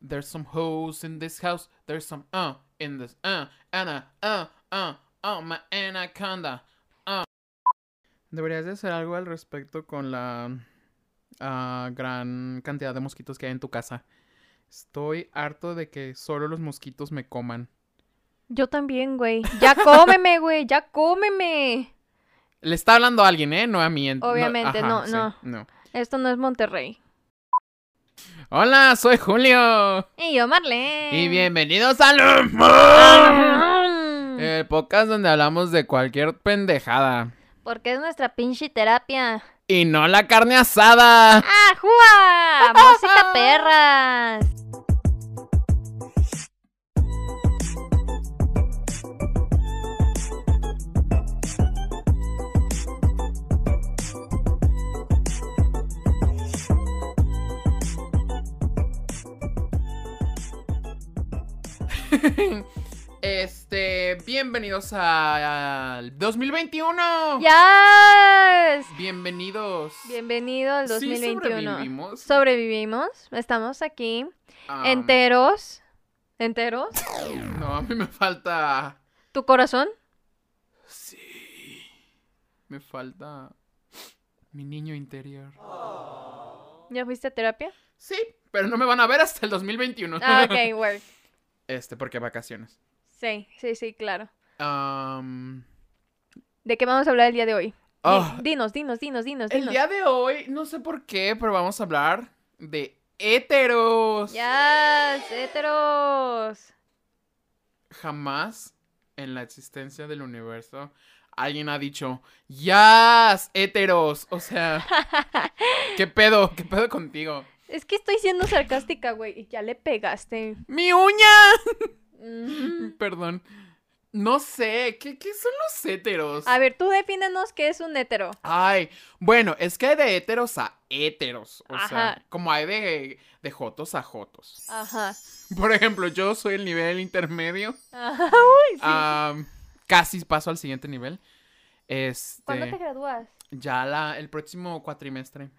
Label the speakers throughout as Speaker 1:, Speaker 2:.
Speaker 1: There's some hoes in this house. There's some uh in this uh Ana uh uh oh my anaconda uh. Deberías de hacer algo al respecto con la ah, gran cantidad de mosquitos que hay en tu casa. Estoy harto de que solo los mosquitos me coman.
Speaker 2: Yo también, güey. Ya cómeme, güey. Ya cómeme.
Speaker 1: Le está hablando a alguien, ¿eh? No a mí. en-
Speaker 2: Obviamente,
Speaker 1: ajá,
Speaker 2: no,
Speaker 1: sí,
Speaker 2: no. Esto no es Monterrey.
Speaker 1: Hola, soy Julio.
Speaker 2: Y yo, Marlene.
Speaker 1: Y bienvenidos a Lumos,
Speaker 2: Ah,
Speaker 1: El podcast donde hablamos de cualquier pendejada.
Speaker 2: Porque es nuestra pinche terapia.
Speaker 1: Y no la carne asada.
Speaker 2: ¡Ajúa! ¡Música perras!
Speaker 1: Este, bienvenidos a- al 2021.
Speaker 2: ¡Yas!
Speaker 1: Bienvenidos.
Speaker 2: Bienvenido al
Speaker 1: Sí
Speaker 2: 2021.
Speaker 1: sobrevivimos. Ah,
Speaker 2: Sobrevivimos, Estamos aquí.
Speaker 1: Am,
Speaker 2: Enteros. ¿Enteros?
Speaker 1: No, a mí me falta.
Speaker 2: ¿Tu corazón?
Speaker 1: Sí. Me falta mi niño interior.
Speaker 2: ¿Ya fuiste a terapia?
Speaker 1: Sí, pero no me van a ver hasta el 2021.
Speaker 2: Ah, ok, work.
Speaker 1: Este, porque vacaciones.
Speaker 2: Sí, sí, sí, claro.
Speaker 1: Am,
Speaker 2: ¿De qué vamos a hablar el día de hoy? Di-
Speaker 1: ah,
Speaker 2: Dinos, dinos, dinos, dinos,
Speaker 1: el
Speaker 2: dinos.
Speaker 1: día de hoy, no sé por qué, pero vamos a hablar de héteros.
Speaker 2: Yes, heteros.
Speaker 1: jamás en la existencia del universo alguien ha dicho, ¡Yas! ¡Héteros! O sea, ¿qué pedo? ¿Qué pedo contigo?
Speaker 2: Es que estoy siendo sarcástica, güey, y ya le pegaste.
Speaker 1: ¡Mi uña!
Speaker 2: Mm.
Speaker 1: Perdón. No sé, ¿qué, qué son los héteros?
Speaker 2: A ver, tú defínenos qué es un hetero.
Speaker 1: Ay, bueno, es que hay de héteros a héteros. O
Speaker 2: Ajá.
Speaker 1: sea, como hay de, de jotos a jotos.
Speaker 2: Ajá.
Speaker 1: Por ejemplo, yo soy el nivel intermedio.
Speaker 2: Ajá, Uy, sí.
Speaker 1: Am, casi paso al siguiente nivel. Este.
Speaker 2: ¿Cuándo te gradúas?
Speaker 1: Ya la, el próximo cuatrimestre.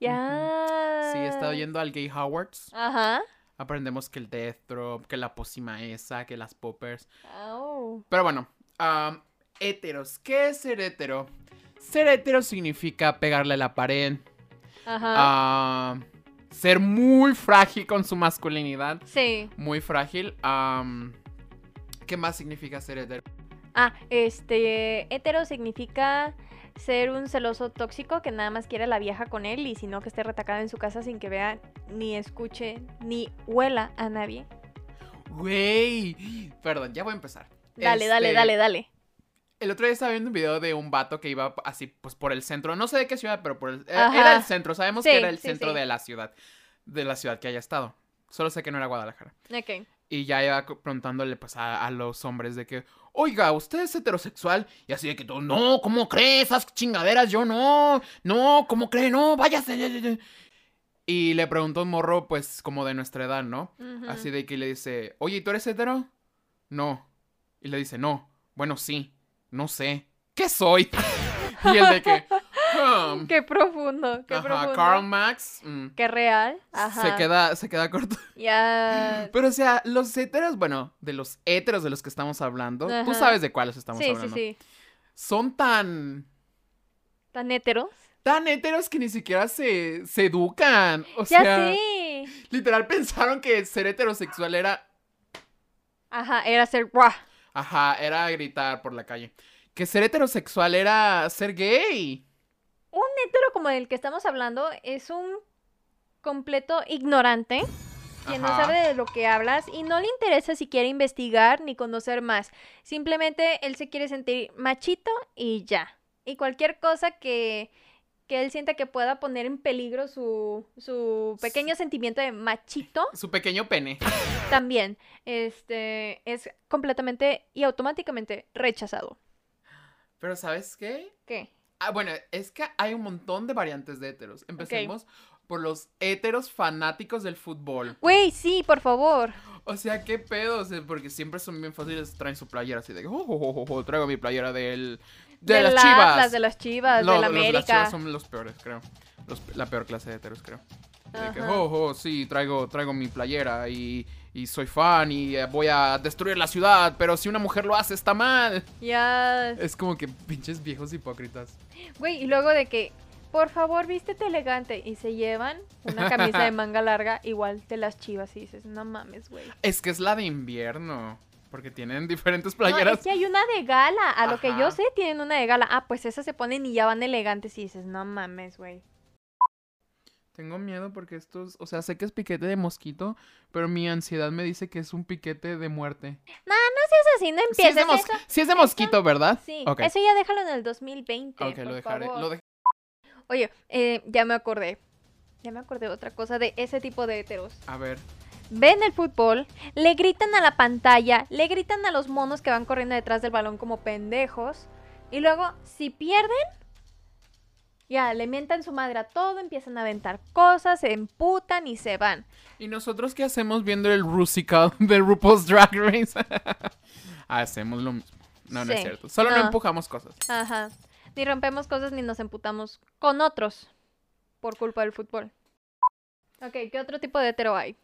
Speaker 2: Ya.
Speaker 1: Sí, he estado yendo al Gay Howards.
Speaker 2: Ajá.
Speaker 1: Aprendemos que el Death Drop, que la pócima esa, que las poppers.
Speaker 2: Au.
Speaker 1: Pero bueno, am, héteros. ¿Qué es ser hétero? Ser hétero significa pegarle a la pared. Ah.
Speaker 2: Ajá.
Speaker 1: am, ser muy frágil con su masculinidad.
Speaker 2: Sí.
Speaker 1: Muy frágil. am, ¿Qué más significa ser hétero?
Speaker 2: Ah, este, hetero significa ser un celoso tóxico que nada más quiere a la vieja con él y sino que esté retacada en su casa sin que vea, ni escuche, ni huela a nadie.
Speaker 1: Güey. Perdón, ya voy a empezar.
Speaker 2: Dale, dale,
Speaker 1: Este,
Speaker 2: dale, dale.
Speaker 1: El otro día estaba viendo un video de un vato que iba así, pues por el centro. No sé de qué ciudad, pero por el, era-
Speaker 2: Ajá.
Speaker 1: era el centro. Sabemos
Speaker 2: Sí,
Speaker 1: que era el
Speaker 2: sí,
Speaker 1: centro
Speaker 2: sí.
Speaker 1: de la ciudad. De la ciudad que haya estado. Solo sé que no era Guadalajara.
Speaker 2: Ok.
Speaker 1: Y ya iba co- preguntándole pues a, a los hombres de que, oiga, ¿usted es heterosexual? Y así de que todo, no, ¿cómo cree? Esas chingaderas, yo no, no, ¿cómo cree? No, váyase. Y le preguntó a un morro, pues como de nuestra edad, ¿no?
Speaker 2: Ujú.
Speaker 1: Así de que le dice, oye, ¿y ¿tú eres hetero? No. Y le dice, no. Bueno, sí. No sé. ¿Qué soy? y el de que, "Hmm".
Speaker 2: Qué profundo, qué
Speaker 1: Ajá,
Speaker 2: profundo.
Speaker 1: Karl Marx mm,
Speaker 2: Qué real. Ajá.
Speaker 1: se, queda, se queda corto.
Speaker 2: Ya.
Speaker 1: Pero o sea, los heteros, bueno, de los heteros de los que estamos hablando, tú
Speaker 2: Ajá.
Speaker 1: sabes de cuáles estamos
Speaker 2: Sí,
Speaker 1: hablando.
Speaker 2: sí, sí.
Speaker 1: Son tan...
Speaker 2: ¿Tan heteros?
Speaker 1: Tan heteros que ni siquiera se, se educan. O
Speaker 2: ya
Speaker 1: sea,
Speaker 2: sí.
Speaker 1: literal pensaron que ser heterosexual era
Speaker 2: Ajá, era ser guau.
Speaker 1: Ajá, era gritar por la calle. Que ser heterosexual era ser gay.
Speaker 2: Hetero como el que estamos hablando es un completo ignorante que no
Speaker 1: Ajá.
Speaker 2: sabe de lo que hablas y no le interesa siquiera investigar ni conocer más. Simplemente él se quiere sentir machito y ya. Y cualquier cosa que, que él sienta que pueda poner en peligro su, su pequeño sentimiento de machito
Speaker 1: Su pequeño pene.
Speaker 2: también este, es completamente y automáticamente rechazado.
Speaker 1: Pero ¿sabes qué?
Speaker 2: ¿Qué?
Speaker 1: Ah, bueno, es que hay un montón de variantes de heteros. Empecemos por los heteros fanáticos del fútbol.
Speaker 2: Güey, sí, por favor.
Speaker 1: O sea, qué pedo, o sea, porque siempre son bien fáciles, traen su playera así de, oh, oh, oh, oh, traigo mi playera del... De, las
Speaker 2: Del
Speaker 1: chivas.
Speaker 2: Atlas, de las chivas,
Speaker 1: Lo-
Speaker 2: del
Speaker 1: los de las
Speaker 2: América.
Speaker 1: chivas son los peores, creo. Los- la peor clase de heteros, creo. De que,
Speaker 2: Ajá.
Speaker 1: oh, oh, sí, traigo, traigo mi playera y, y soy fan y eh, voy a destruir la ciudad, pero si una mujer lo hace está mal.
Speaker 2: Ya.
Speaker 1: Es como que pinches viejos hipócritas.
Speaker 2: Güey, y luego de que, por favor, vístete elegante. Y se llevan una camisa de manga larga, igual te las chivas y dices, no mames, güey.
Speaker 1: Es que es la de invierno, porque tienen diferentes
Speaker 2: No,
Speaker 1: playeras.
Speaker 2: es que hay una de gala. A lo que yo
Speaker 1: Ajá.
Speaker 2: sé, tienen una de gala. Ah, pues esas se ponen y ya van elegantes y dices, no mames, güey.
Speaker 1: Tengo miedo porque esto es, o sea, sé que es piquete de mosquito, pero mi ansiedad me dice que es un piquete de muerte.
Speaker 2: Es así, no
Speaker 1: Sí es, de
Speaker 2: empieces
Speaker 1: mos-
Speaker 2: eso.
Speaker 1: sí es de mosquito, ¿verdad?
Speaker 2: Sí,
Speaker 1: Ok,
Speaker 2: eso ya déjalo en el 2020.
Speaker 1: Ok,
Speaker 2: por
Speaker 1: lo dejaré.
Speaker 2: favor.
Speaker 1: Lo dej-
Speaker 2: Oye, eh, ya me acordé. Ya me acordé otra cosa de ese tipo de heteros.
Speaker 1: A ver,
Speaker 2: Ven el fútbol, le gritan a la pantalla, le gritan a los monos que van corriendo detrás del balón como pendejos. Y luego, si pierden, ya le mientan su madre a todo, empiezan a aventar cosas, se emputan y se van.
Speaker 1: ¿y nosotros qué hacemos viendo el Rusical de RuPaul's Drag Race? hacemos lo mismo. No, no es
Speaker 2: Sí.
Speaker 1: cierto. Solo no
Speaker 2: No.
Speaker 1: empujamos cosas.
Speaker 2: Ajá. Ni rompemos cosas ni nos emputamos con otros por culpa del fútbol. Ok, ¿qué otro tipo de hetero hay?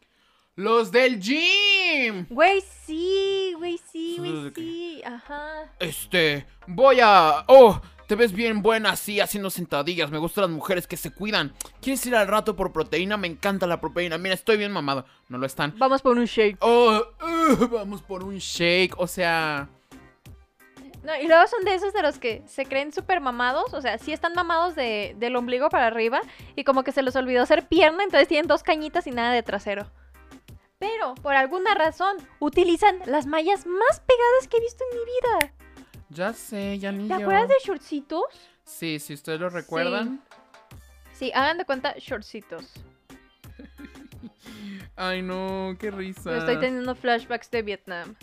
Speaker 1: ¡Los del gym!
Speaker 2: Güey, sí, güey, sí, güey,
Speaker 1: Ok.
Speaker 2: sí. Ajá.
Speaker 1: Este, voy a... ¡Oh! Te ves bien buena así, haciendo sentadillas. Me gustan las mujeres que se cuidan. ¿Quieres ir al rato por proteína? Me encanta la proteína. Mira, estoy bien mamado. No lo están.
Speaker 2: Vamos por un shake.
Speaker 1: Oh, uh, vamos por un shake. O sea,
Speaker 2: No, y luego son de esos de los que se creen súper mamados, o sea, sí están mamados de, del ombligo para arriba y como que se les olvidó hacer pierna, entonces tienen dos cañitas y nada de trasero. Pero, por alguna razón, utilizan las mallas más pegadas que he visto en mi vida.
Speaker 1: ya sé, ya ni
Speaker 2: ¿Te
Speaker 1: yo.
Speaker 2: acuerdas de shortcitos?
Speaker 1: Sí, si ustedes lo recuerdan.
Speaker 2: Sí, hagan de cuenta shortcitos.
Speaker 1: Ay, no, qué risa.
Speaker 2: Yo estoy teniendo flashbacks de Vietnam.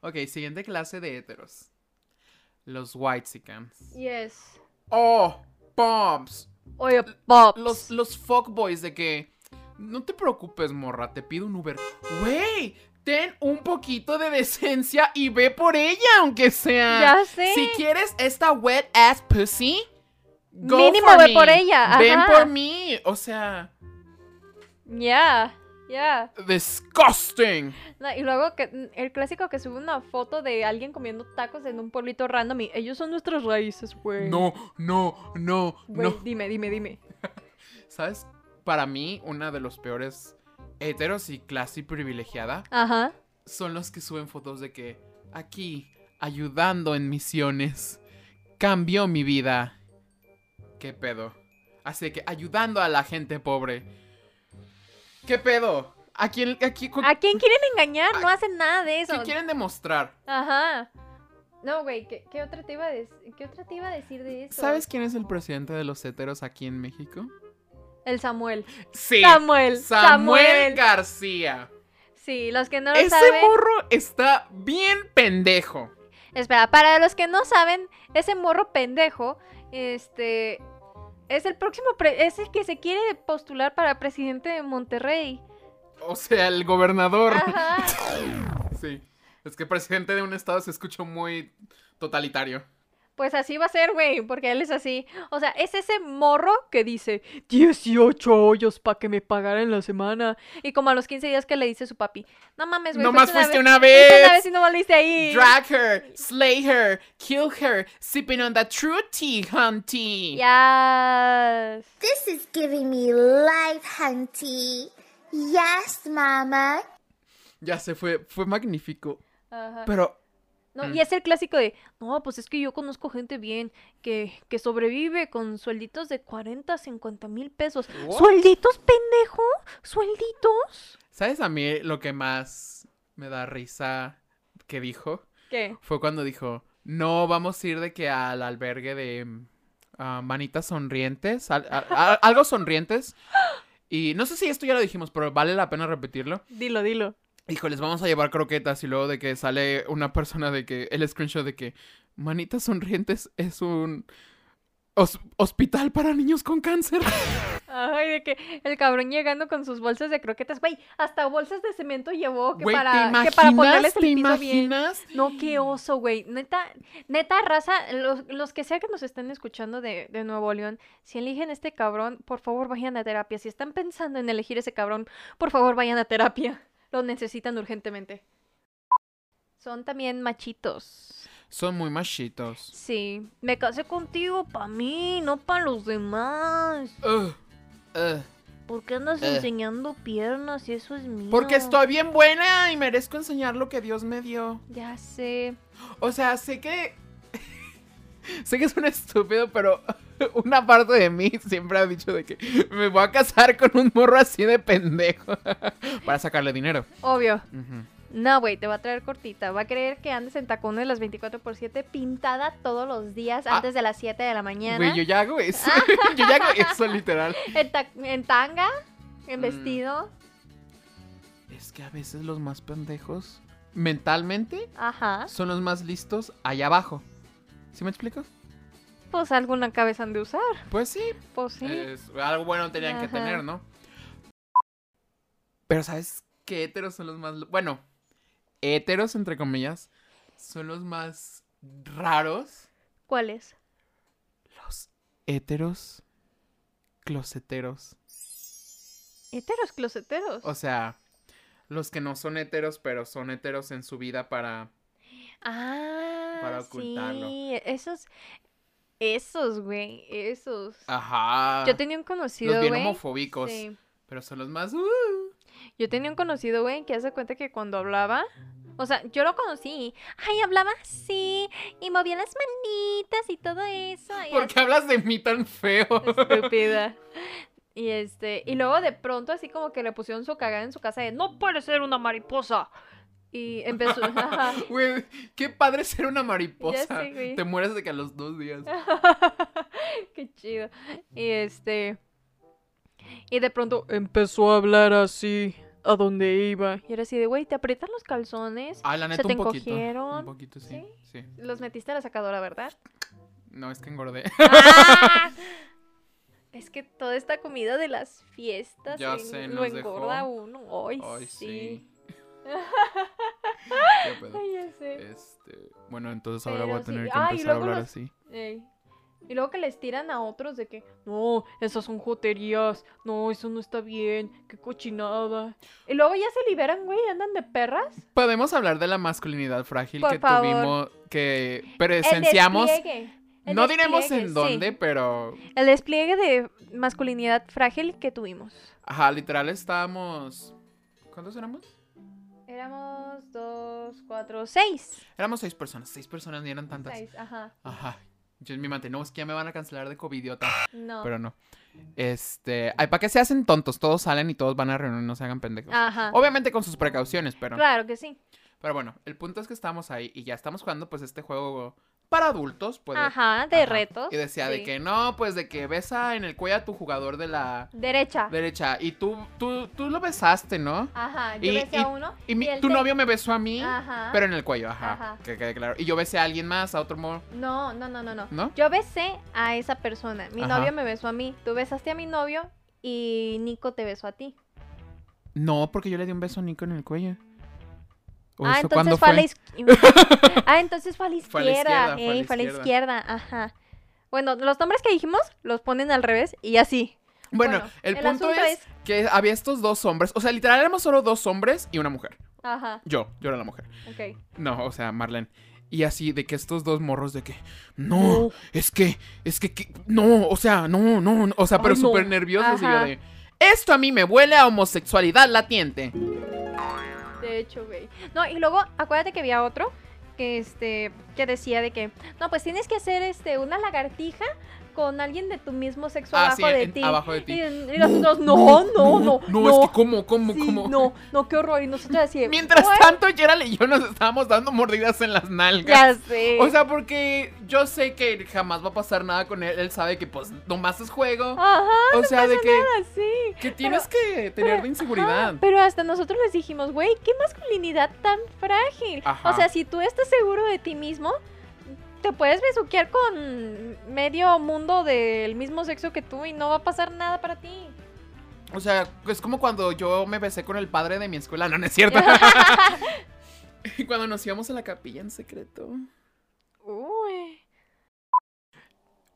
Speaker 1: Ok, siguiente clase de héteros. Los whitesicans.
Speaker 2: Yes.
Speaker 1: Oh, pops.
Speaker 2: Oye, Pops.
Speaker 1: Los, los fuckboys de que... No te preocupes, morra, te pido un Uber. Güey, ten un poquito de decencia y ve por ella, aunque sea.
Speaker 2: Ya sé.
Speaker 1: Si quieres esta wet ass pussy, go
Speaker 2: Mínimo
Speaker 1: for
Speaker 2: ve
Speaker 1: me.
Speaker 2: por ella,
Speaker 1: Ven
Speaker 2: ajá.
Speaker 1: por mí. O sea,
Speaker 2: Ya, ya.
Speaker 1: disgusting.
Speaker 2: No, y luego que, el clásico que sube una foto de alguien comiendo tacos en un pueblito random y ellos son nuestras raíces, güey.
Speaker 1: No, no, no,
Speaker 2: Güey,
Speaker 1: no.
Speaker 2: Dime, dime, dime.
Speaker 1: ¿Sabes? Para mí, una de los peores heteros y clase privilegiada
Speaker 2: Ajá.
Speaker 1: son los que suben fotos de que aquí, ayudando en misiones, cambió mi vida. ¿Qué pedo? Así de que ayudando a la gente pobre. ¿Qué pedo? ¿A quién, a quién-
Speaker 2: ¿A quién quieren engañar?
Speaker 1: Ah,
Speaker 2: No hacen nada de eso.
Speaker 1: ¿Qué quieren demostrar?
Speaker 2: Ajá. No, güey, ¿qué, qué otra te iba a dec- qué otra te iba a decir de eso?
Speaker 1: ¿Sabes quién es el presidente de los heteros aquí en México?
Speaker 2: El Samuel.
Speaker 1: Sí.
Speaker 2: Samuel.
Speaker 1: Samuel
Speaker 2: Samuel.
Speaker 1: García.
Speaker 2: Sí, los que no lo
Speaker 1: Ese
Speaker 2: saben.
Speaker 1: morro está bien pendejo.
Speaker 2: Espera, para los que no saben, ese morro pendejo, este, es el próximo, pre- es el que se quiere postular para presidente de Monterrey.
Speaker 1: O sea, el gobernador.
Speaker 2: Ajá.
Speaker 1: Sí. Es que presidente de un estado se escucha muy totalitario.
Speaker 2: Pues así va a ser, güey, porque él es así. O sea, es ese morro que dice 18 hoyos para que me pagaran la semana. Y como a los 15 días que le dice su papi, no mames, güey.
Speaker 1: Nomás fuiste Pues, una
Speaker 2: fuiste una
Speaker 1: vez.
Speaker 2: vez y no volviste ahí.
Speaker 1: Drag her, slay her, kill her, sipping on the true tea, hunty.
Speaker 2: Yes.
Speaker 3: This is giving me life, hunty. Yes, mama.
Speaker 1: Ya se fue, fue magnífico.
Speaker 2: Ajá.
Speaker 1: Pero mm.
Speaker 2: No, y es el clásico de, no, pues es que yo conozco gente bien que, que sobrevive con suelditos de 40, 50 mil pesos.
Speaker 1: What?
Speaker 2: ¿Suelditos, pendejo? ¿Suelditos?
Speaker 1: ¿Sabes a mí lo que más me da risa que dijo?
Speaker 2: ¿Qué?
Speaker 1: Fue cuando dijo, no, vamos a ir de que al albergue de mm, ah, manitas sonrientes, al- a- a- algo sonrientes. Y no sé si esto ya lo dijimos, pero vale la pena repetirlo.
Speaker 2: Dilo, dilo.
Speaker 1: Dijo, les vamos a llevar croquetas y luego de que sale una persona de que el screenshot de que manitas sonrientes es un... Hos- hospital para niños con cáncer.
Speaker 2: Ay, de que el cabrón llegando con sus bolsas de croquetas, güey, hasta bolsas de cemento llevó que
Speaker 1: Güey,
Speaker 2: para
Speaker 1: ¿te imaginas?
Speaker 2: que para ponerles el
Speaker 1: ¿Te
Speaker 2: piso bien.
Speaker 1: imaginas?
Speaker 2: No, qué oso, güey. Neta, neta raza, los, los que sea que nos estén escuchando de, de Nuevo León, si eligen este cabrón, por favor vayan a terapia. Si están pensando en elegir ese cabrón, por favor vayan a terapia. Lo necesitan urgentemente. Son también machitos.
Speaker 1: Son muy machitos.
Speaker 2: Sí, me casé contigo para mí, no para los demás.
Speaker 1: Ugh, ugh.
Speaker 2: ¿Por qué andas
Speaker 1: Eh.
Speaker 2: enseñando piernas y eso es mío?
Speaker 1: Porque estoy bien buena y merezco enseñar lo que Dios me dio.
Speaker 2: Ya sé.
Speaker 1: O sea, sé que. sé que es un estúpido, pero una parte de mí siempre ha dicho de que me voy a casar con un morro así de pendejo para sacarle dinero.
Speaker 2: Obvio.
Speaker 1: Ujú.
Speaker 2: No, güey, te va a traer cortita. Va a creer que andes en tacones las 24 por 7 pintada todos los días
Speaker 1: Ah.
Speaker 2: antes de las 7 de la mañana.
Speaker 1: Güey, yo ya hago eso. yo ya hago eso, literal.
Speaker 2: en, ta- en tanga, en
Speaker 1: Mm.
Speaker 2: vestido.
Speaker 1: Es que a veces los más pendejos mentalmente
Speaker 2: Ajá.
Speaker 1: son los más listos allá abajo. ¿Sí me explico?
Speaker 2: Pues alguna cabeza han de usar.
Speaker 1: Pues sí,
Speaker 2: Pues sí.
Speaker 1: Es- algo bueno tenían que
Speaker 2: Ajá.
Speaker 1: tener, ¿no? Pero ¿sabes qué héteros son los más... lo- Bueno, héteros, entre comillas, son los más raros.
Speaker 2: ¿Cuáles?
Speaker 1: Los héteros closeteros.
Speaker 2: Heteros, closeteros.
Speaker 1: O sea, los que no son héteros, pero son héteros en su vida para...
Speaker 2: ah.
Speaker 1: para ocultarlo.
Speaker 2: Sí, esos. Esos, güey. Esos.
Speaker 1: Ajá.
Speaker 2: Yo tenía un conocido,
Speaker 1: Ah. los
Speaker 2: güey.
Speaker 1: bien homofóbicos.
Speaker 2: Sí.
Speaker 1: Pero son los más... uh.
Speaker 2: Yo tenía un conocido, güey, que hace cuenta que cuando hablaba, o sea, yo lo conocí, ay, hablaba así, y movía las manitas y todo eso. y
Speaker 1: ¿Por qué hablas de mí tan feo?
Speaker 2: así, Estúpida. Y este, y luego de pronto así como que le pusieron su cagada en su casa de no puede ser una mariposa. Y empezó. ajá.
Speaker 1: Güey, qué padre ser una mariposa.
Speaker 2: sé, güey.
Speaker 1: Te mueres de que a los dos días.
Speaker 2: Qué chido. Y este. Y de pronto
Speaker 4: empezó a hablar así a donde iba.
Speaker 2: Y era así de güey, te aprietan los calzones.
Speaker 1: Ah, la neta,
Speaker 2: ¿Se te
Speaker 1: un poquito. Un
Speaker 2: encogieron?
Speaker 1: poquito, sí, sí.
Speaker 2: Los metiste a la sacadora, ¿verdad?
Speaker 1: No, es que engordé.
Speaker 2: ¡Ah! Es que toda esta comida de las fiestas
Speaker 1: Ya
Speaker 2: en-
Speaker 1: sé,
Speaker 2: lo
Speaker 1: nos
Speaker 2: engorda
Speaker 1: dejó.
Speaker 2: uno. Ay,
Speaker 1: Ay,
Speaker 2: sí.
Speaker 1: sí. Qué pedo.
Speaker 2: Ay, ya sé.
Speaker 1: Este, bueno, entonces ahora
Speaker 2: Pero
Speaker 1: voy a tener
Speaker 2: sí.
Speaker 1: que
Speaker 2: Ah, y
Speaker 1: empezar a
Speaker 2: luego
Speaker 1: hablar
Speaker 2: los-
Speaker 1: así.
Speaker 2: Ey. Y luego que les tiran a otros de que, no, esas son joterías, no, eso no está bien, qué cochinada. Y luego ya se liberan, güey, andan de perras.
Speaker 1: Podemos hablar de la masculinidad frágil
Speaker 2: Por
Speaker 1: que
Speaker 2: favor.
Speaker 1: tuvimos, que
Speaker 2: El
Speaker 1: presenciamos.
Speaker 2: despliegue, el
Speaker 1: No diremos
Speaker 2: despliegue,
Speaker 1: en dónde,
Speaker 2: sí.
Speaker 1: pero.
Speaker 2: El despliegue de masculinidad frágil que tuvimos.
Speaker 1: Ajá, literal estábamos. ¿Cuántos éramos?
Speaker 2: Éramos dos, cuatro, seis.
Speaker 1: Éramos seis personas. Seis personas ni eran tantas.
Speaker 2: Seis, ajá.
Speaker 1: Ajá. Yo en mi mente, no, es que ya me van a cancelar de covidiota.
Speaker 2: No.
Speaker 1: Pero no. Este. Ay, ¿para qué se hacen tontos? Todos salen y todos van a reunir, no se hagan pendejos.
Speaker 2: Ajá.
Speaker 1: Obviamente con sus precauciones, pero.
Speaker 2: Claro que sí.
Speaker 1: Pero bueno, el punto es que estábamos ahí y ya estamos jugando, pues, este juego para adultos, pues. de-
Speaker 2: Ajá, de
Speaker 1: ajá.
Speaker 2: retos.
Speaker 1: Y decía de
Speaker 2: sí.
Speaker 1: que no, pues de que besa en el cuello a tu jugador de la
Speaker 2: Derecha.
Speaker 1: derecha. Y tú, tú, tú lo besaste, ¿no?
Speaker 2: Ajá, yo
Speaker 1: Y-
Speaker 2: besé
Speaker 1: y-
Speaker 2: a uno.
Speaker 1: Y, mi-
Speaker 2: él
Speaker 1: tu
Speaker 2: te-
Speaker 1: novio me besó a mí,
Speaker 2: Ajá.
Speaker 1: pero en el cuello, ajá.
Speaker 2: Ajá.
Speaker 1: Que quede claro. Y yo besé a alguien más, a otro morro.
Speaker 2: No, no, no, no, no.
Speaker 1: ¿No?
Speaker 2: Yo besé a esa persona. Mi
Speaker 1: Mm. Ajá.
Speaker 2: novio me besó a mí. Tú besaste a mi novio y Nico te besó a ti.
Speaker 1: No, porque yo le di un beso a Nico en el cuello. ¿O
Speaker 2: Ah,
Speaker 1: eso
Speaker 2: entonces
Speaker 1: cuándo
Speaker 2: fue, a la izquierda. ah, entonces fue a la izquierda.
Speaker 1: Fue a la izquierda,
Speaker 2: ey, fue a la izquierda. Ajá. Bueno, los nombres que dijimos los ponen al revés y así.
Speaker 1: Bueno,
Speaker 2: Bueno,
Speaker 1: el,
Speaker 2: el
Speaker 1: punto
Speaker 2: asunto
Speaker 1: es, que había estos dos hombres. O sea, literal éramos solo dos hombres y una mujer.
Speaker 2: Ajá,
Speaker 1: Yo, yo era la mujer.
Speaker 2: ok.
Speaker 1: No, o sea, Marlene. Y así, de que estos dos morros de que, no, es que, es que, que- no, o sea, no, no, no", o sea, pero
Speaker 2: Ay, no.
Speaker 1: súper nerviosos y yo
Speaker 2: Ajá.
Speaker 1: de, esto a mí me huele a homosexualidad latiente.
Speaker 2: De hecho, güey. No, y luego acuérdate que había otro que este que decía de que no, pues tienes que hacer este una lagartija con alguien de tu mismo sexo
Speaker 1: Ah,
Speaker 2: abajo,
Speaker 1: sí,
Speaker 2: de
Speaker 1: en-
Speaker 2: ti.
Speaker 1: abajo de
Speaker 2: Y,
Speaker 1: ti.
Speaker 2: y los otros, no, no, no,
Speaker 1: no, es que cómo, cómo,
Speaker 2: sí,
Speaker 1: cómo.
Speaker 2: no, no, qué horror. Y nosotros así.
Speaker 1: Mientras
Speaker 2: "Güey,
Speaker 1: tanto, Gerald y yo nos estábamos dando mordidas en las nalgas.
Speaker 2: ya sé.
Speaker 1: O sea, porque yo sé que jamás va a pasar nada con él. Él sabe que, pues, nomás es juego.
Speaker 2: Ajá,
Speaker 1: o sea, de que,
Speaker 2: sí.
Speaker 1: que tienes que tener de inseguridad.
Speaker 2: Ah, Pero hasta nosotros les dijimos, güey, qué masculinidad tan frágil.
Speaker 1: Ajá.
Speaker 2: O sea, si tú estás seguro de ti mismo, te puedes besuquear con medio mundo del mismo sexo que tú y no va a pasar nada para ti.
Speaker 1: O sea, es como cuando yo me besé con el padre de mi escuela. No, no es cierto. Y cuando nos íbamos a la capilla en secreto.
Speaker 2: Uy.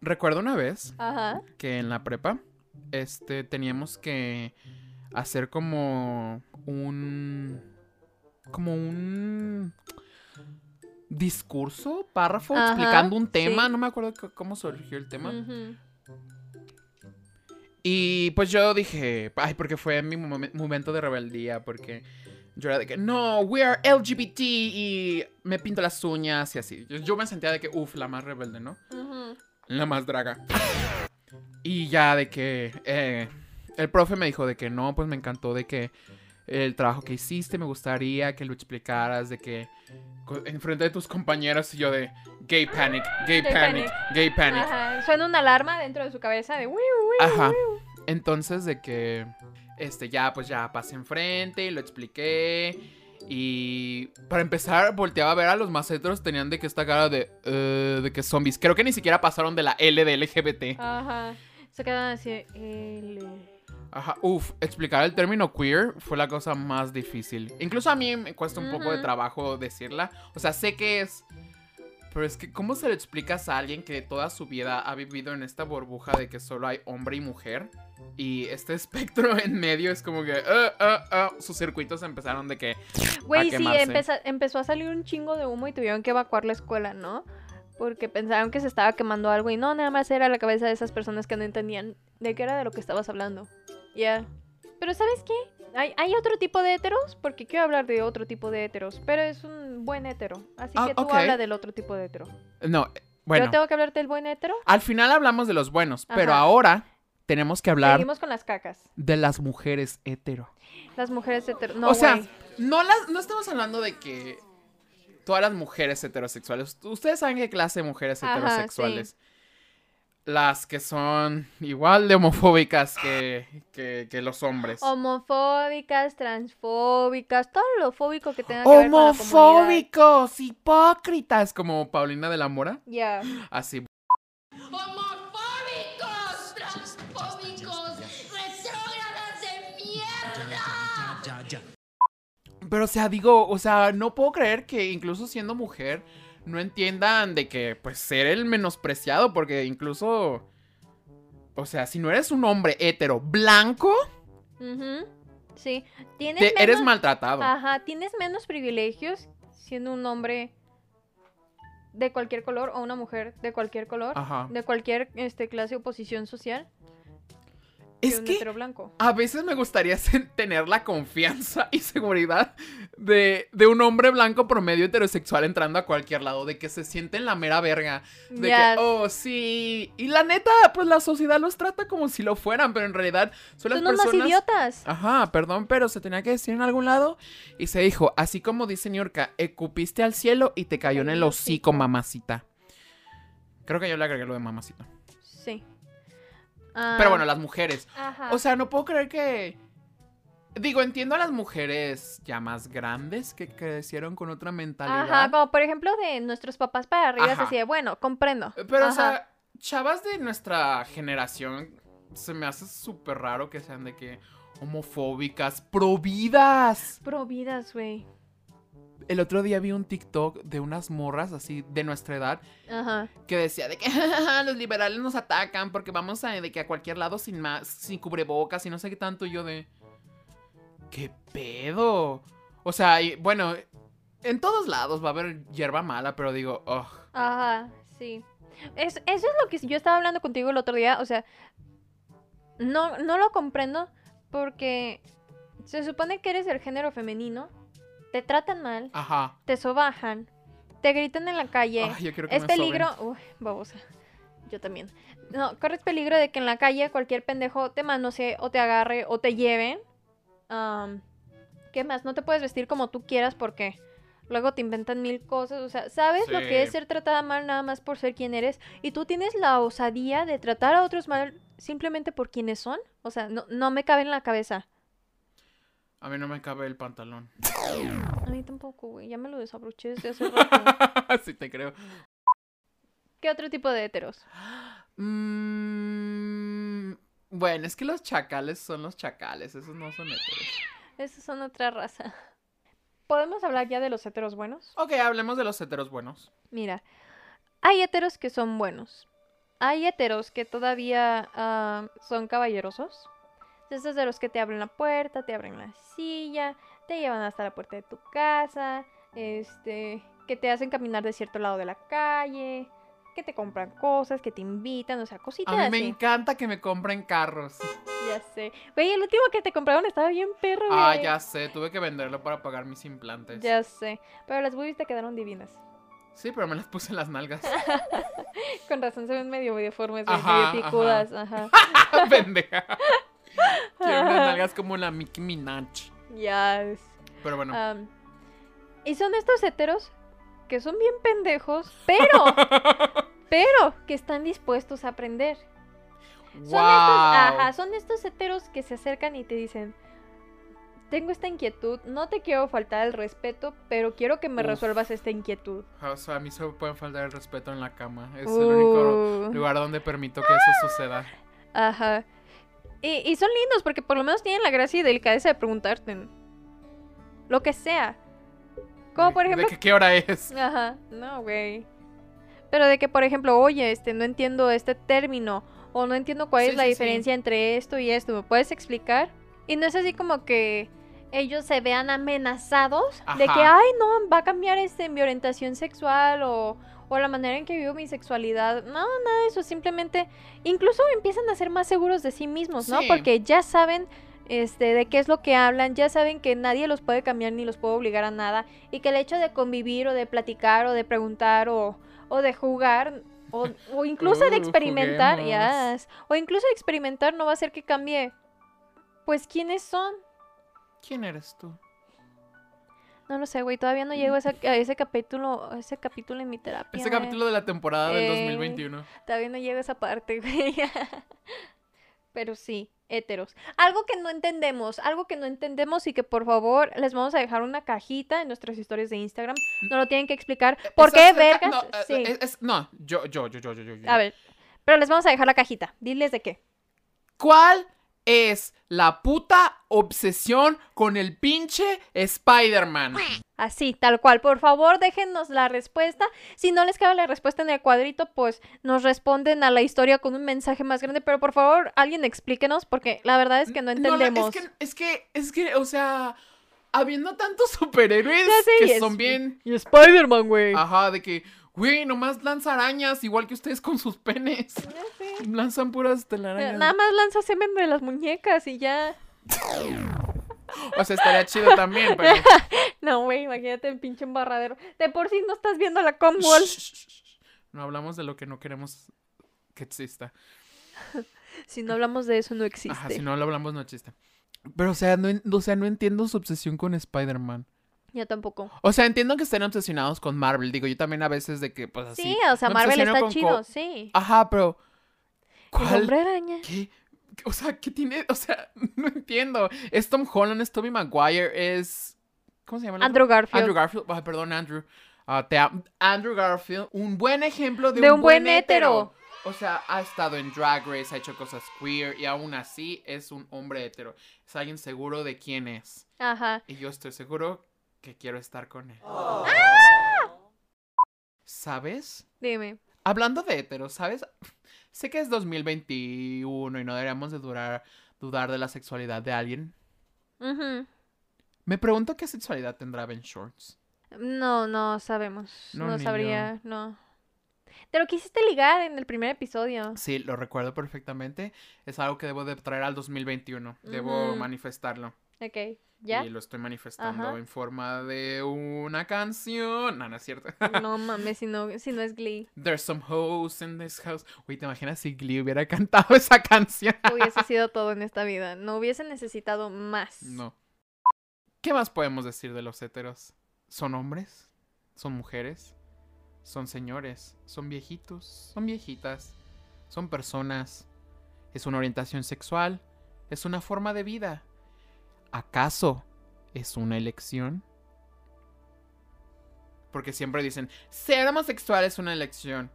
Speaker 1: Recuerdo una vez
Speaker 2: Ajá.
Speaker 1: que en la prepa, este, teníamos que hacer como un, como un discurso, párrafo,
Speaker 2: Ajá,
Speaker 1: explicando un tema,
Speaker 2: sí.
Speaker 1: no me acuerdo c- cómo surgió el tema.
Speaker 2: Ujú.
Speaker 1: Y pues yo dije, ay, porque fue mi momen- momento de rebeldía, porque yo era de que, no, we are LGBT y me pinto las uñas y así. Yo, yo me sentía de que, uff, la más rebelde, ¿no?
Speaker 2: Ujú.
Speaker 1: La más draga. Y ya de que eh, el profe me dijo de que no, pues me encantó de que el trabajo que hiciste, me gustaría que lo explicaras, de que co- enfrente de tus compañeros y yo de gay panic, gay,
Speaker 2: Gay
Speaker 1: panic,
Speaker 2: panic.
Speaker 1: gay panic.
Speaker 2: Ajá. Suena una alarma dentro de su cabeza de "Wiu, wiu".
Speaker 1: Ajá. Entonces de que este ya pues ya pasé enfrente y lo expliqué y para empezar volteaba a ver a los más heteros tenían de que esta cara de eh, de que zombies. Creo que ni siquiera pasaron de la L de LGBT.
Speaker 2: Ajá. Se quedan así. "Ele".
Speaker 1: Ajá, uff, explicar el término queer fue la cosa más difícil. Incluso a mí me cuesta un poco de
Speaker 2: Ujú.
Speaker 1: trabajo decirla. O sea, sé que es. Pero es que, ¿cómo se lo explicas a alguien que toda su vida ha vivido en esta burbuja de que solo hay hombre y mujer? Y este espectro en medio es como que. "Ah, ah, ah", sus circuitos empezaron de que.
Speaker 2: Güey, sí,
Speaker 1: quemarse.
Speaker 2: empeza- empezó a salir un chingo de humo y tuvieron que evacuar la escuela, ¿no? Porque pensaron que se estaba quemando algo y no, nada más era la cabeza de esas personas que no entendían de qué era de lo que estabas hablando. Ya. Pero ¿sabes qué? Hay, hay otro tipo de heteros, porque quiero hablar de otro tipo de heteros, pero es un buen hetero. Así
Speaker 1: Ah,
Speaker 2: que tú
Speaker 1: ok.
Speaker 2: habla del otro tipo de hetero.
Speaker 1: No, eh,
Speaker 2: Yo
Speaker 1: bueno.
Speaker 2: tengo que hablarte del buen hetero.
Speaker 1: Al final hablamos de los buenos, pero
Speaker 2: Ajá.
Speaker 1: ahora tenemos que hablar
Speaker 2: Seguimos con las cacas.
Speaker 1: de las mujeres hetero.
Speaker 2: Las mujeres heteros. No,
Speaker 1: o sea,
Speaker 2: güey.
Speaker 1: no, las, no estamos hablando de que todas las mujeres heterosexuales. Ustedes saben qué clase de mujeres
Speaker 2: Ajá,
Speaker 1: heterosexuales. Las que son igual de homofóbicas que, que, que los hombres.
Speaker 2: Homofóbicas, transfóbicas, todo lo fóbico que tenga que ver con la comunidad.
Speaker 1: Homofóbicos, hipócritas, como Paulina de la Mora.
Speaker 2: Ya.
Speaker 1: Así.
Speaker 5: Homofóbicos, transfóbicos, retrógradas de mierda.
Speaker 1: Pero, o sea, digo, o sea, no puedo creer que incluso siendo mujer no entiendan de que, pues, ser el menospreciado, porque incluso, o sea, si no eres un hombre hetero blanco,
Speaker 2: Ujú, Sí. Tienes
Speaker 1: te- eres
Speaker 2: menos-
Speaker 1: maltratado.
Speaker 2: Ajá, tienes menos privilegios siendo un hombre de cualquier color o una mujer de cualquier color,
Speaker 1: Ajá.
Speaker 2: de cualquier este, clase o posición social
Speaker 1: Es
Speaker 2: un
Speaker 1: que
Speaker 2: hetero blanco.
Speaker 1: a veces me gustaría sen- tener la confianza y seguridad de, de un hombre blanco promedio heterosexual entrando a cualquier lado, de que se siente en la mera verga. De
Speaker 2: Ya,
Speaker 1: que, oh, sí. Y la neta, pues la sociedad los trata como si lo fueran, pero en realidad son las
Speaker 2: son unos
Speaker 1: personas.
Speaker 2: idiotas.
Speaker 1: Ajá, perdón, pero se tenía que decir en algún lado. Y se dijo, así como dice Niurka, escupiste al cielo y te cayó en el hocico, mamacita. Creo que yo le agregué lo de mamacita.
Speaker 2: Sí.
Speaker 1: Ah. Pero
Speaker 2: Ah,
Speaker 1: bueno, las mujeres.
Speaker 2: ajá.
Speaker 1: O sea, no puedo creer que... Digo, entiendo a las mujeres ya más grandes que crecieron con otra mentalidad.
Speaker 2: Ajá, como por ejemplo de nuestros papás para arriba, es
Speaker 1: Ajá.
Speaker 2: así de bueno, comprendo.
Speaker 1: Pero, o
Speaker 2: Ajá.
Speaker 1: sea, chavas de nuestra generación, se me hace súper raro que sean de que homofóbicas, providas.
Speaker 2: Providas, güey.
Speaker 1: El otro día vi un TikTok de unas morras así de nuestra edad
Speaker 2: Ajá.
Speaker 1: que decía de que "Ja, los liberales nos atacan porque vamos a, de que a cualquier lado sin más, sin cubrebocas y no sé qué tanto y yo de qué pedo. O sea, y, bueno, en todos lados va a haber hierba mala, pero digo, oh,
Speaker 2: Ajá, sí. Es, eso es lo que yo estaba hablando contigo el otro día. O sea, no, no lo comprendo porque se supone que eres del género femenino, te tratan mal,
Speaker 1: ajá.
Speaker 2: te sobajan, te gritan en la calle.
Speaker 1: Ay, yo quiero que
Speaker 2: es
Speaker 1: me soben.
Speaker 2: peligro. Uy, babosa. Yo también. No, corres peligro de que en la calle cualquier pendejo te manosee o te agarre o te lleven. Am, ¿Qué más? No te puedes vestir como tú quieras porque luego te inventan mil cosas. O sea, ¿sabes lo
Speaker 1: Sí.
Speaker 2: que es ser tratada mal nada más por ser quien eres? Y tú tienes la osadía de tratar a otros mal simplemente por quienes son. O sea, no, no me cabe en la cabeza.
Speaker 1: A mí no me cabe el pantalón.
Speaker 2: A mí tampoco, güey. Ya me lo desabroché desde hace rato.
Speaker 1: sí te creo.
Speaker 2: ¿Qué otro tipo de heteros?
Speaker 1: Mm, bueno, es que los chacales son los chacales, esos no son heteros.
Speaker 2: Esos son otra raza. ¿Podemos hablar ya de los heteros buenos?
Speaker 1: Ok, hablemos de los heteros buenos.
Speaker 2: Mira, hay heteros que son buenos. Hay heteros que todavía ah, son caballerosos. Entonces, de los que te abren la puerta, te abren la silla, te llevan hasta la puerta de tu casa, este, que te hacen caminar de cierto lado de la calle, que te compran cosas, que te invitan, o sea,
Speaker 1: A
Speaker 2: cositas
Speaker 1: mí me
Speaker 2: así.
Speaker 1: encanta que me compren carros.
Speaker 2: Ya sé. Güey, el último que te compraron estaba bien perro,
Speaker 1: Ah,
Speaker 2: güey.
Speaker 1: ya sé, tuve que venderlo para pagar mis implantes.
Speaker 2: Ya sé. Pero las boobies te quedaron divinas.
Speaker 1: Sí, pero me las puse en las nalgas.
Speaker 2: Con razón se ven medio deformes, güey,
Speaker 1: Ajá,
Speaker 2: medio picudas, ajá.
Speaker 1: Pendeja. Quiero unas nalgas como la Nicki Minaj.
Speaker 2: Yes.
Speaker 1: Pero bueno.
Speaker 2: Am, y son estos heteros que son bien pendejos, pero, pero que están dispuestos a aprender. Son estos, ajá, son estos heteros que se acercan y te dicen, tengo esta inquietud, no te quiero faltar el respeto, pero quiero que me
Speaker 1: Uf.
Speaker 2: resuelvas esta inquietud.
Speaker 1: O sea, a mí solo pueden faltar el respeto en la cama. Es el único
Speaker 2: Uh.
Speaker 1: lugar donde permito que eso suceda.
Speaker 2: Ajá. Y, y son lindos porque por lo menos tienen la gracia y delicadeza de preguntarte. ¿no? Lo que sea. Como por
Speaker 1: ¿De-
Speaker 2: ejemplo.
Speaker 1: ¿De qué, qué hora es?
Speaker 2: Ajá, no, güey. Pero de que, por ejemplo, oye, este, no entiendo este término. O no entiendo cuál
Speaker 1: Sí,
Speaker 2: es la
Speaker 1: sí, sí.
Speaker 2: diferencia entre esto y esto. ¿Me puedes explicar? Y no es así como que ellos se vean amenazados de que,
Speaker 1: Ajá.
Speaker 2: ay, no, va a cambiar este, mi orientación sexual o, o la manera en que vivo mi sexualidad. No, nada de eso. Simplemente, incluso empiezan a ser más seguros de sí mismos, ¿no?
Speaker 1: Sí.
Speaker 2: Porque ya saben este, de qué es lo que hablan, ya saben que nadie los puede cambiar ni los puede obligar a nada y que el hecho de convivir o de platicar o de preguntar o, o de jugar o, o incluso de
Speaker 1: Uh,
Speaker 2: experimentar,
Speaker 1: juguemos.
Speaker 2: yes, o incluso de experimentar no va a hacer que cambie, pues quiénes son.
Speaker 1: ¿Quién eres tú?
Speaker 2: No lo sé, güey, todavía no llego a ese, a ese capítulo, a ese capítulo en mi terapia.
Speaker 1: Este
Speaker 2: güey.
Speaker 1: capítulo de la temporada del
Speaker 2: Eh,
Speaker 1: 2021.
Speaker 2: Todavía no llego a esa parte, güey. Pero sí, héteros. Algo que no entendemos, algo que no entendemos y que por favor les vamos a dejar una cajita en nuestras historias de Instagram. No lo tienen que explicar. ¿Por
Speaker 1: Eh, pues, Es
Speaker 2: qué,
Speaker 1: acerca-
Speaker 2: vergas?
Speaker 1: No, eh,
Speaker 2: sí.
Speaker 1: es- es- no, yo, yo, yo, yo, yo, yo, yo.
Speaker 2: A ver. Pero les vamos a dejar la cajita. Diles de qué.
Speaker 1: ¿Cuál es la puta obsesión con el pinche Spider-Man?
Speaker 2: Así, tal cual. Por favor, déjennos la respuesta. Si no les cabe la respuesta en el cuadrito, pues nos responden a la historia con un mensaje más grande. Pero por favor, alguien explíquenos, porque la verdad es que no
Speaker 1: No, la-
Speaker 2: entendemos.
Speaker 1: es, que, es que, es que, o sea, habiendo tantos superhéroes
Speaker 2: Ya sé, y
Speaker 1: que
Speaker 2: es-
Speaker 1: son bien,
Speaker 4: Y Spider-Man, güey.
Speaker 1: ajá, de que, güey, nomás lanza arañas, igual que ustedes con sus penes.
Speaker 2: Ya sé.
Speaker 1: Lanzan puras telarañas.
Speaker 2: Nada más lanza semen de las muñecas y ya.
Speaker 1: O sea, estaría chido también, pero...
Speaker 2: No, güey, imagínate el pinche embarradero. De por sí no estás viendo la Commonwealth.
Speaker 1: No hablamos de lo que no queremos que exista.
Speaker 2: Si no hablamos de eso, no existe.
Speaker 1: Ajá, si no lo hablamos no existe. Pero, o sea, no, en- o sea, no entiendo su obsesión con Spider-Man.
Speaker 2: Yo tampoco.
Speaker 1: O sea, entiendo que estén obsesionados con Marvel. Digo, yo también a veces de que, pues así.
Speaker 2: Sí, o sea,
Speaker 1: me
Speaker 2: Marvel
Speaker 1: obsesiono
Speaker 2: está
Speaker 1: con
Speaker 2: chido,
Speaker 1: co-
Speaker 2: sí.
Speaker 1: Ajá, pero.
Speaker 2: El
Speaker 1: ¿Cuál?
Speaker 2: hombre araña.
Speaker 1: ¿Qué? ¿Qué- O sea, ¿qué tiene? O sea, no entiendo. Es Tom Holland, es Tobey Maguire, es. ¿Cómo se llama? el otro?
Speaker 2: Andrew Garfield.
Speaker 1: Andrew Garfield. Ay, perdón, Andrew. Ah, te am- Andrew Garfield, un buen ejemplo de,
Speaker 2: De
Speaker 1: un,
Speaker 2: un
Speaker 1: buen,
Speaker 2: buen
Speaker 1: hétero.
Speaker 2: hétero.
Speaker 1: O sea, ha estado en Drag Race, ha hecho cosas queer y aún así es un hombre hétero. Es alguien seguro de quién es.
Speaker 2: Ajá.
Speaker 1: Y yo estoy seguro que quiero estar con él. ¿Sabes?
Speaker 2: Dime.
Speaker 1: Hablando de héteros, ¿sabes? Sé que es 2021 y no deberíamos de durar, dudar de la sexualidad de alguien.
Speaker 2: Ujú.
Speaker 1: Me pregunto qué sexualidad tendrá Ben Shorts.
Speaker 2: No, no sabemos.
Speaker 1: No,
Speaker 2: No,
Speaker 1: ni
Speaker 2: sabría, no. Te lo quisiste ligar en el primer episodio.
Speaker 1: Sí, lo recuerdo perfectamente. Es algo que debo de traer al 2021. Debo
Speaker 2: Ujú.
Speaker 1: manifestarlo.
Speaker 2: Ok. ¿Ya?
Speaker 1: Y lo estoy manifestando
Speaker 2: Ajá.
Speaker 1: en forma de una canción. No, no es cierto.
Speaker 2: No mames, si no, si no es Glee.
Speaker 1: There's some hoes in this house. Uy, ¿te imaginas si Glee hubiera cantado esa canción?
Speaker 2: Hubiese sido todo en esta vida. No hubiese necesitado más.
Speaker 1: No. ¿Qué más podemos decir de los héteros? ¿Son hombres? ¿Son mujeres? ¿Son señores? ¿Son viejitos? ¿Son viejitas? ¿Son personas? ¿Es una orientación sexual? ¿Es una forma de vida? ¿Acaso es una elección? Porque siempre dicen, ser homosexual es una elección.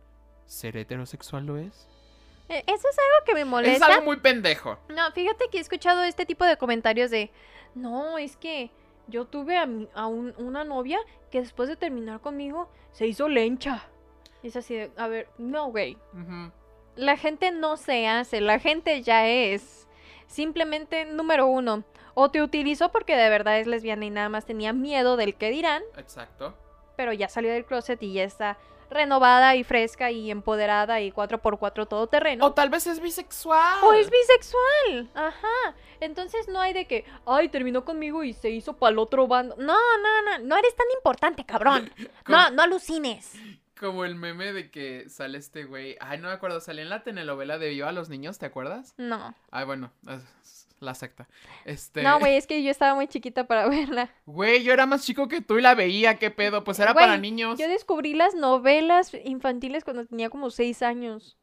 Speaker 1: ¿Ser heterosexual lo es?
Speaker 2: Eh, Eso es algo que me
Speaker 1: Es
Speaker 2: molesta.
Speaker 1: algo muy pendejo.
Speaker 2: No, fíjate que he escuchado este tipo de comentarios de, no, es que yo tuve a, mi- a un- una novia que después de terminar conmigo se hizo lencha. Y es así de, a ver, no, güey.
Speaker 1: Ujú.
Speaker 2: La gente no se hace, la gente ya es. Simplemente, número uno, o te utilizó porque de verdad es lesbiana y nada más tenía miedo del que dirán,
Speaker 1: Exacto.
Speaker 2: pero ya salió del closet y ya está renovada y fresca y empoderada y 4x4 todoterreno.
Speaker 1: O tal vez es bisexual.
Speaker 2: O es bisexual. Ajá. Entonces no hay de que, ay, terminó conmigo y se hizo para el otro bando. No, no, no. No eres tan importante, cabrón.
Speaker 1: Como-
Speaker 2: No, no alucines.
Speaker 1: Como el meme de que sale este güey. Ay, no me acuerdo. Salió en la telenovela de Viva a los niños, ¿te acuerdas?
Speaker 2: No.
Speaker 1: Ay, bueno, es- la secta. Este.
Speaker 2: No, güey, es que yo estaba muy chiquita para verla.
Speaker 1: Güey, yo era más chico que tú y la veía, qué pedo. Pues era
Speaker 2: Güey,
Speaker 1: para niños.
Speaker 2: Yo descubrí las novelas infantiles cuando tenía como seis años.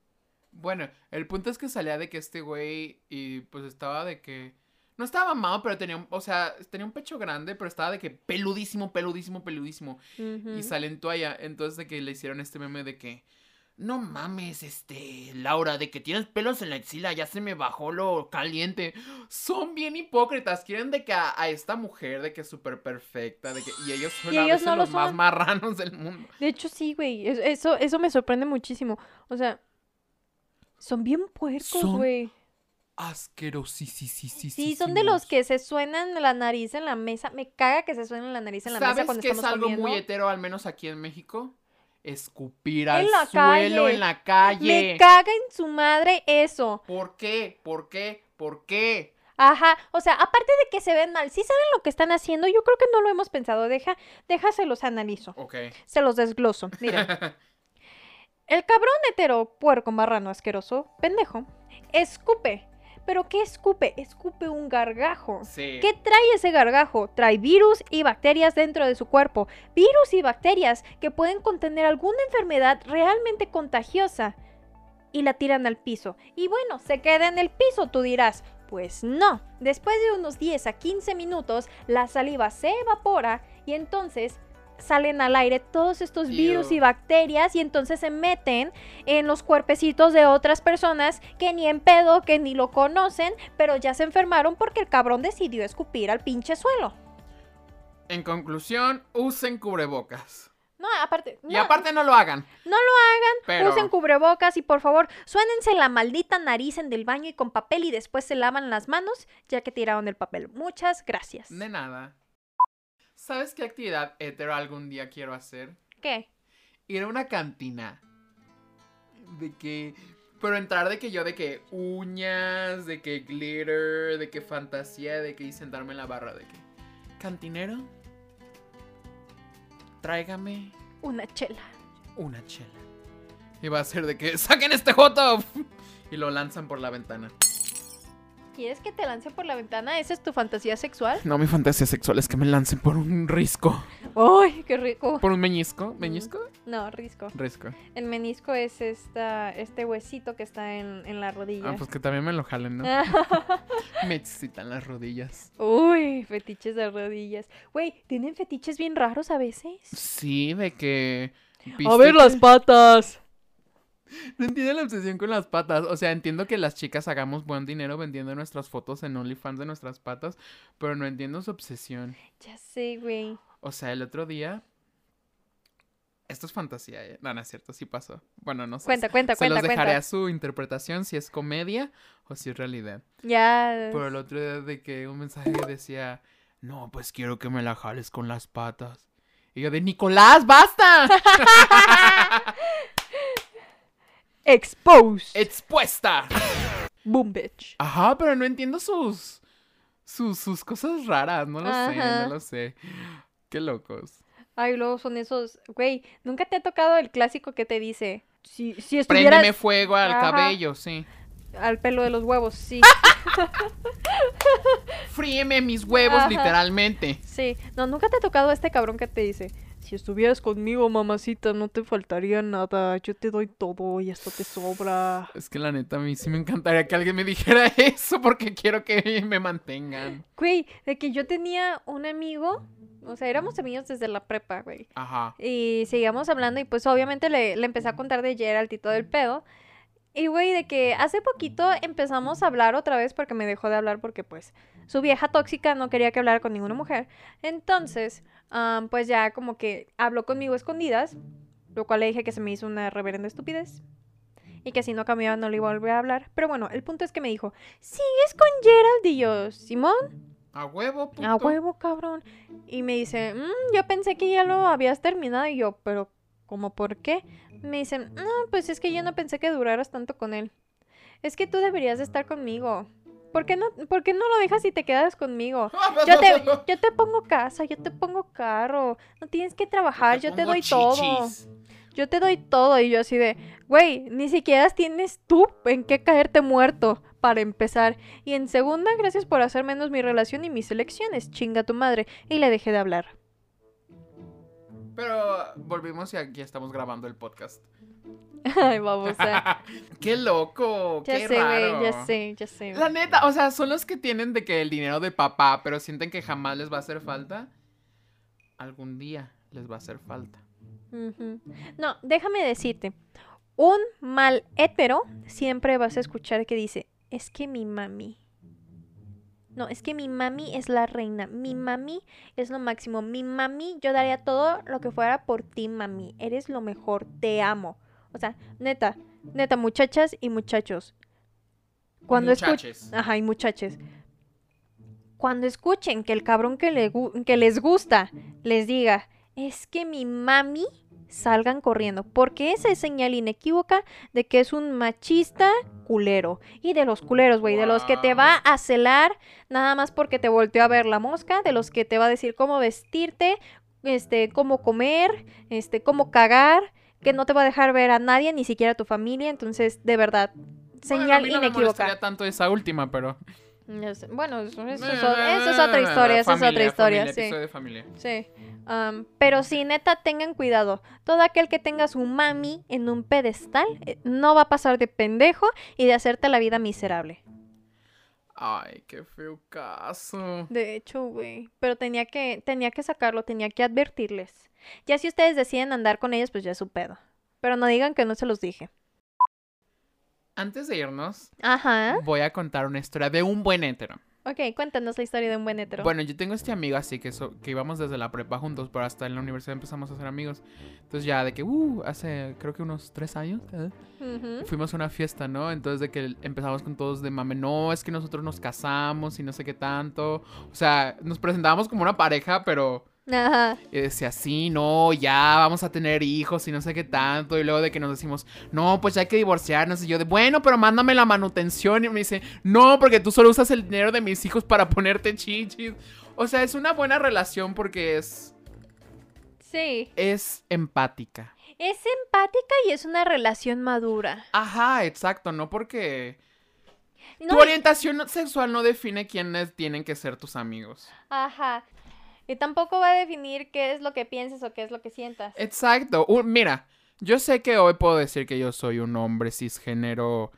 Speaker 1: Bueno, el punto es que salía de que este güey y pues estaba de que no estaba mamado, pero tenía, un- o sea, tenía un pecho grande, pero estaba de que peludísimo, peludísimo, peludísimo
Speaker 2: Ujú.
Speaker 1: y sale en toalla, entonces de que le hicieron este meme de que no mames, este, Laura, de que tienes pelos en la axila, ya se me bajó lo caliente. Son bien hipócritas, quieren de que a, a esta mujer de que es súper perfecta, de que y ellos son
Speaker 2: Y
Speaker 1: a
Speaker 2: ellos
Speaker 1: veces
Speaker 2: no lo
Speaker 1: los más
Speaker 2: son.
Speaker 1: marranos del mundo.
Speaker 2: De hecho, sí, güey. es- Eso, eso me sorprende muchísimo. O sea, son bien puercos,
Speaker 1: Son
Speaker 2: güey.
Speaker 1: Asquerosísimos.
Speaker 2: Sí, son de los que se suenan la nariz en la mesa. Me caga que se suenen la nariz en la mesa
Speaker 1: ¿Sabes
Speaker 2: cuando
Speaker 1: qué es
Speaker 2: estamos
Speaker 1: algo
Speaker 2: comiendo.
Speaker 1: muy hetero, al menos aquí en México? Escupir al
Speaker 2: En la
Speaker 1: suelo
Speaker 2: calle.
Speaker 1: en la
Speaker 2: Me
Speaker 1: calle.
Speaker 2: caga en su madre eso.
Speaker 1: ¿Por qué? ¿Por qué? ¿Por qué?
Speaker 2: Ajá, o sea, aparte de que se ven mal, si saben lo que están haciendo, yo creo que no lo hemos pensado. Deja, déjaselos analizo,
Speaker 1: Ok.
Speaker 2: se los desgloso. Mira, el cabrón hetero, puerco, marrano, asqueroso, pendejo, escupe. ¿Pero qué escupe? Escupe un gargajo.
Speaker 1: sí.
Speaker 2: ¿Qué trae ese gargajo? Trae virus y bacterias dentro de su cuerpo. Virus y bacterias que pueden contener alguna enfermedad realmente contagiosa. Y la tiran al piso. Y bueno, se queda en el piso, tú dirás. Pues no. Después de unos 10 a 15 minutos, la saliva se evapora y entonces salen al aire todos estos virus
Speaker 1: Ew.
Speaker 2: y bacterias y entonces se meten en los cuerpecitos de otras personas que ni en pedo, que ni lo conocen, pero ya se enfermaron porque el cabrón decidió escupir al pinche suelo.
Speaker 1: En conclusión, usen cubrebocas.
Speaker 2: No, aparte,
Speaker 1: Y
Speaker 2: no,
Speaker 1: aparte no lo hagan.
Speaker 2: No lo
Speaker 1: hagan. Pero
Speaker 2: usen cubrebocas y por favor, suénense la maldita nariz en del baño y con papel y después se lavan las manos ya que tiraron el papel. Muchas gracias.
Speaker 1: de nada. ¿Sabes qué actividad hetero algún día quiero hacer?
Speaker 2: ¿Qué?
Speaker 1: ir a una cantina. De que. Pero entrar de que yo, de que uñas, de que glitter, de que fantasía, de que y sentarme en la barra, de que. Cantinero, tráigame
Speaker 2: Una chela.
Speaker 1: una chela. Y va a ser de que saquen este joto. Y lo lanzan por la ventana.
Speaker 2: ¿Quieres que te lance por la ventana? ¿Esa es tu fantasía sexual?
Speaker 1: No, mi fantasía sexual es que me lancen por un risco.
Speaker 2: ¡Ay, qué rico!
Speaker 1: ¿Por un meñisco? ¿Meñisco?
Speaker 2: No, risco.
Speaker 1: Risco.
Speaker 2: El menisco es esta, este huesito que está en, en la rodilla.
Speaker 1: Ah, pues que también me lo jalen,
Speaker 2: Ah.
Speaker 1: ¿no? pues, Me excitan las rodillas.
Speaker 2: Uy, fetiches de rodillas. Güey, tienen fetiches bien raros a veces.
Speaker 1: Sí, de que.
Speaker 4: A
Speaker 1: ¿viste
Speaker 4: ver las
Speaker 1: que-
Speaker 4: patas.
Speaker 1: No entiendo la obsesión con las patas. O sea, entiendo que las chicas hagamos buen dinero vendiendo nuestras fotos en OnlyFans de nuestras patas, pero no entiendo su obsesión.
Speaker 2: Ya sé, güey.
Speaker 1: O sea, el otro día. Esto es fantasía, ¿eh? No, no es cierto, sí pasó. Bueno, no sé.
Speaker 2: Cuenta, cuenta,
Speaker 1: Se
Speaker 2: cuenta,
Speaker 1: los dejaré
Speaker 2: cuenta.
Speaker 1: a su interpretación si es comedia o si es realidad.
Speaker 2: Ya.
Speaker 1: Pero el otro día de que un mensaje decía, no, pues quiero que me la jales con las patas. Y yo de, Nicolás, basta. Eh.
Speaker 4: Expose.
Speaker 1: Expuesta.
Speaker 4: Boom, bitch.
Speaker 1: Ajá, pero no entiendo sus. Sus, sus cosas raras, no lo sé,
Speaker 2: Ajá.
Speaker 1: no lo sé. Qué locos.
Speaker 2: Ay, luego son esos. Güey, nunca te ha tocado el clásico que te dice. Si, si estuvieras
Speaker 1: Préndeme fuego al
Speaker 2: Ajá.
Speaker 1: cabello, sí.
Speaker 2: al pelo de los huevos, sí.
Speaker 1: ¡Ah! Fríeme mis huevos,
Speaker 2: Ajá.
Speaker 1: literalmente.
Speaker 2: sí. No, nunca te ha tocado este cabrón que te dice.
Speaker 4: Si estuvieras conmigo, mamacita, no te faltaría nada. Yo te doy todo y hasta te sobra.
Speaker 1: Es que la neta, a mí sí me encantaría que alguien me dijera eso porque quiero que me mantengan.
Speaker 2: Güey, de que yo tenía un amigo O sea, éramos amigos desde la prepa, güey.
Speaker 1: Ajá.
Speaker 2: Y seguíamos hablando y pues obviamente le, le empecé a contar de Gerald y todo el pedo. Y güey, de que hace poquito empezamos a hablar otra vez porque me dejó de hablar porque pues su vieja tóxica no quería que hablara con ninguna mujer. Entonces, ah, pues ya como que habló conmigo a escondidas, lo cual le dije que se me hizo una reverenda estupidez. Y que si no cambiaba no le iba a volver a hablar. Pero bueno, el punto es que me dijo, ¿sigues con Gerald? Y yo, Simón.
Speaker 1: A huevo, puto.
Speaker 2: A huevo, cabrón. Y me dice, "Mm, yo pensé que ya lo habías terminado. Y yo, pero, ¿cómo por qué? Me dice, no, pues es que yo no pensé que duraras tanto con él. Es que tú deberías de estar conmigo. ¿Por qué no, por qué no lo dejas y te quedas conmigo? Yo te, yo te pongo casa, yo te pongo carro. No tienes que trabajar, Ah, yo te
Speaker 1: pongo
Speaker 2: doy todo.
Speaker 1: chichis.
Speaker 2: Yo te doy todo. Y yo así de, güey, ni siquiera tienes tú en qué caerte muerto, para empezar. Y en segunda, gracias por hacer menos mi relación y mis elecciones, chinga tu madre. Y le dejé de hablar.
Speaker 1: Pero volvimos y aquí estamos grabando el podcast.
Speaker 2: Ay, babosa.
Speaker 1: ¡Qué loco!
Speaker 2: Ya
Speaker 1: ¡Qué
Speaker 2: sé,
Speaker 1: raro!
Speaker 2: güey, ya sé, ya sé.
Speaker 1: La neta, o sea, son los que tienen de que el dinero de papá, pero sienten que jamás les va a hacer falta. Algún día les va a hacer falta.
Speaker 2: Ujú. No, déjame decirte. Un mal hétero siempre vas a escuchar que dice, es que mi mami. No, es que mi mami es la reina. Mi mami es lo máximo. Mi mami, yo daría todo lo que fuera por ti, mami. Eres lo mejor. Te amo. O sea, neta, neta, muchachas y muchachos. Cuando escuch- Ah,
Speaker 1: Muchaches.
Speaker 2: Ajá, y muchaches. Cuando escuchen que el cabrón que, le gu- que les gusta les diga, es que mi mami, salgan corriendo, porque esa es señal inequívoca de que es un machista culero. Y de los culeros, güey, de los que te va a celar nada más porque te volteó a ver la mosca, de los que te va a decir cómo vestirte, este, cómo comer, este, cómo cagar, que no te va a dejar ver a nadie, ni siquiera a tu familia. Entonces, de verdad,
Speaker 1: Bueno,
Speaker 2: señal
Speaker 1: a mí no me
Speaker 2: inequívoca.
Speaker 1: molestaría tanto esa última, pero.
Speaker 2: Ya sé. Bueno, eso, eso
Speaker 1: Eh,
Speaker 2: es, o- eso es otra historia, eso es
Speaker 1: familia,
Speaker 2: otra historia,
Speaker 1: familia,
Speaker 2: sí.
Speaker 1: episodio de familia.
Speaker 2: Sí. Am, pero sí, neta, tengan cuidado. Todo aquel que tenga su mami en un pedestal eh, no va a pasar de pendejo y de hacerte la vida miserable.
Speaker 1: Ay, qué feo caso.
Speaker 2: De hecho, güey. Pero tenía que, tenía que sacarlo, tenía que advertirles. Ya si ustedes deciden andar con ellos, pues ya es su pedo. Pero no digan que no se los dije.
Speaker 1: Antes de irnos,
Speaker 2: Ajá.
Speaker 1: voy a contar una historia de un buen hétero.
Speaker 2: Ok, cuéntanos la historia de un buen hetero.
Speaker 1: Bueno, yo tengo este amigo así que, so- que íbamos desde la prepa juntos, pero hasta en la universidad empezamos a ser amigos. Entonces ya de que, uh, hace creo que unos tres años, ¿eh?
Speaker 2: Ujú.
Speaker 1: fuimos a una fiesta, ¿no? Entonces de que empezamos con todos de mame, no, es que nosotros nos casamos y no sé qué tanto. O sea, nos presentábamos como una pareja, pero
Speaker 2: Ajá.
Speaker 1: eh, decía, sí, no, ya vamos a tener hijos y no sé qué tanto. Y luego de que nos decimos, no, pues ya hay que divorciarnos. Y yo de, bueno, pero mándame la manutención. Y me dice, no, porque tú solo usas el dinero de mis hijos para ponerte chichis. O sea, es una buena relación porque es,
Speaker 2: Sí.
Speaker 1: es empática.
Speaker 2: Es empática y es una relación madura.
Speaker 1: Ajá, exacto, no porque
Speaker 2: No,
Speaker 1: tu
Speaker 2: y-
Speaker 1: orientación sexual no define quiénes tienen que ser tus amigos.
Speaker 2: Ajá. Y tampoco va a definir qué es lo que pienses o qué es lo que sientas.
Speaker 1: Exacto. Uh, mira, yo sé que hoy puedo decir que yo soy un hombre cisgénero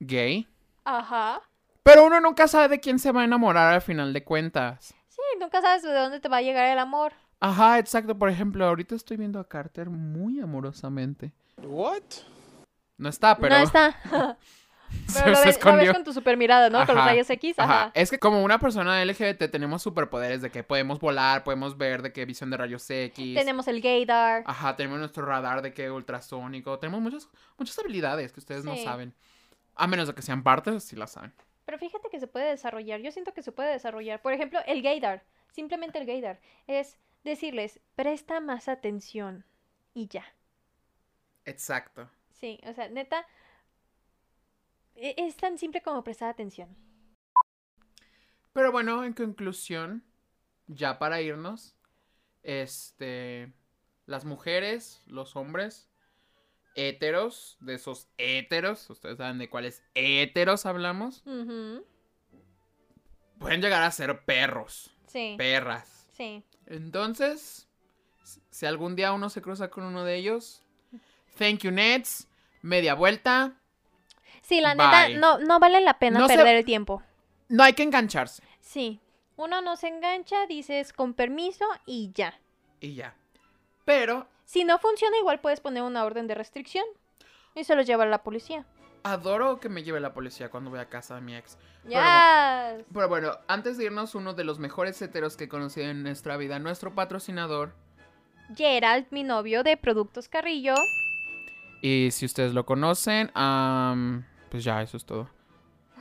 Speaker 1: gay.
Speaker 2: Ajá.
Speaker 1: Pero uno nunca sabe de quién se va a enamorar al final de cuentas.
Speaker 2: Sí, nunca sabes de dónde te va a llegar el amor.
Speaker 1: Ajá, exacto. Por ejemplo, ahorita estoy viendo a Carter muy amorosamente.
Speaker 6: What?
Speaker 1: No está, pero
Speaker 2: No está.
Speaker 1: se,
Speaker 2: Pero lo,
Speaker 1: se
Speaker 2: ves, lo ves
Speaker 1: escondió.
Speaker 2: con tu super mirada, ¿no? Con los
Speaker 1: Ajá,
Speaker 2: rayos X,
Speaker 1: Ajá.
Speaker 2: ajá.
Speaker 1: Es que como una persona LGBT tenemos superpoderes de que podemos volar, podemos ver de qué visión de rayos X. Ah.
Speaker 2: Tenemos el gaydar.
Speaker 1: Ajá, tenemos nuestro radar de que ultrasónico. Tenemos muchas, muchas habilidades que ustedes no
Speaker 2: Sí.
Speaker 1: saben. A menos de que sean partes, sí las saben.
Speaker 2: Pero fíjate que se puede desarrollar. Yo siento que se puede desarrollar. Por ejemplo, el gaydar. Simplemente el gaydar. Es decirles, presta más atención. Y ya.
Speaker 1: Exacto.
Speaker 2: Sí, o sea, neta. e- Es tan simple como prestar atención.
Speaker 1: Pero bueno, en conclusión, ya para irnos, este, las mujeres, los hombres, héteros, de esos héteros, ustedes saben de cuáles héteros hablamos,
Speaker 2: Ujú,
Speaker 1: pueden llegar a ser perros,
Speaker 2: Sí.
Speaker 1: perras.
Speaker 2: Sí.
Speaker 1: Entonces, s- si algún día uno se cruza con uno de ellos, thank you Nets, media vuelta,
Speaker 2: Sí, la
Speaker 1: Bye.
Speaker 2: neta, no, no vale la pena
Speaker 1: No se-
Speaker 2: perder el tiempo.
Speaker 1: no hay que engancharse.
Speaker 2: Sí. Uno no se engancha, dices con permiso y ya.
Speaker 1: Y ya. Pero
Speaker 2: Si no funciona, igual puedes poner una orden de restricción y se los lleva a la policía.
Speaker 1: adoro que me lleve la policía cuando voy a casa de mi ex.
Speaker 2: Ya.
Speaker 1: Pero bueno, antes de irnos, uno de los mejores heteros que he conocido en nuestra vida, nuestro patrocinador.
Speaker 2: Gerald, mi novio de Productos Carrillo.
Speaker 1: Y si ustedes lo conocen, am, pues ya, eso es todo.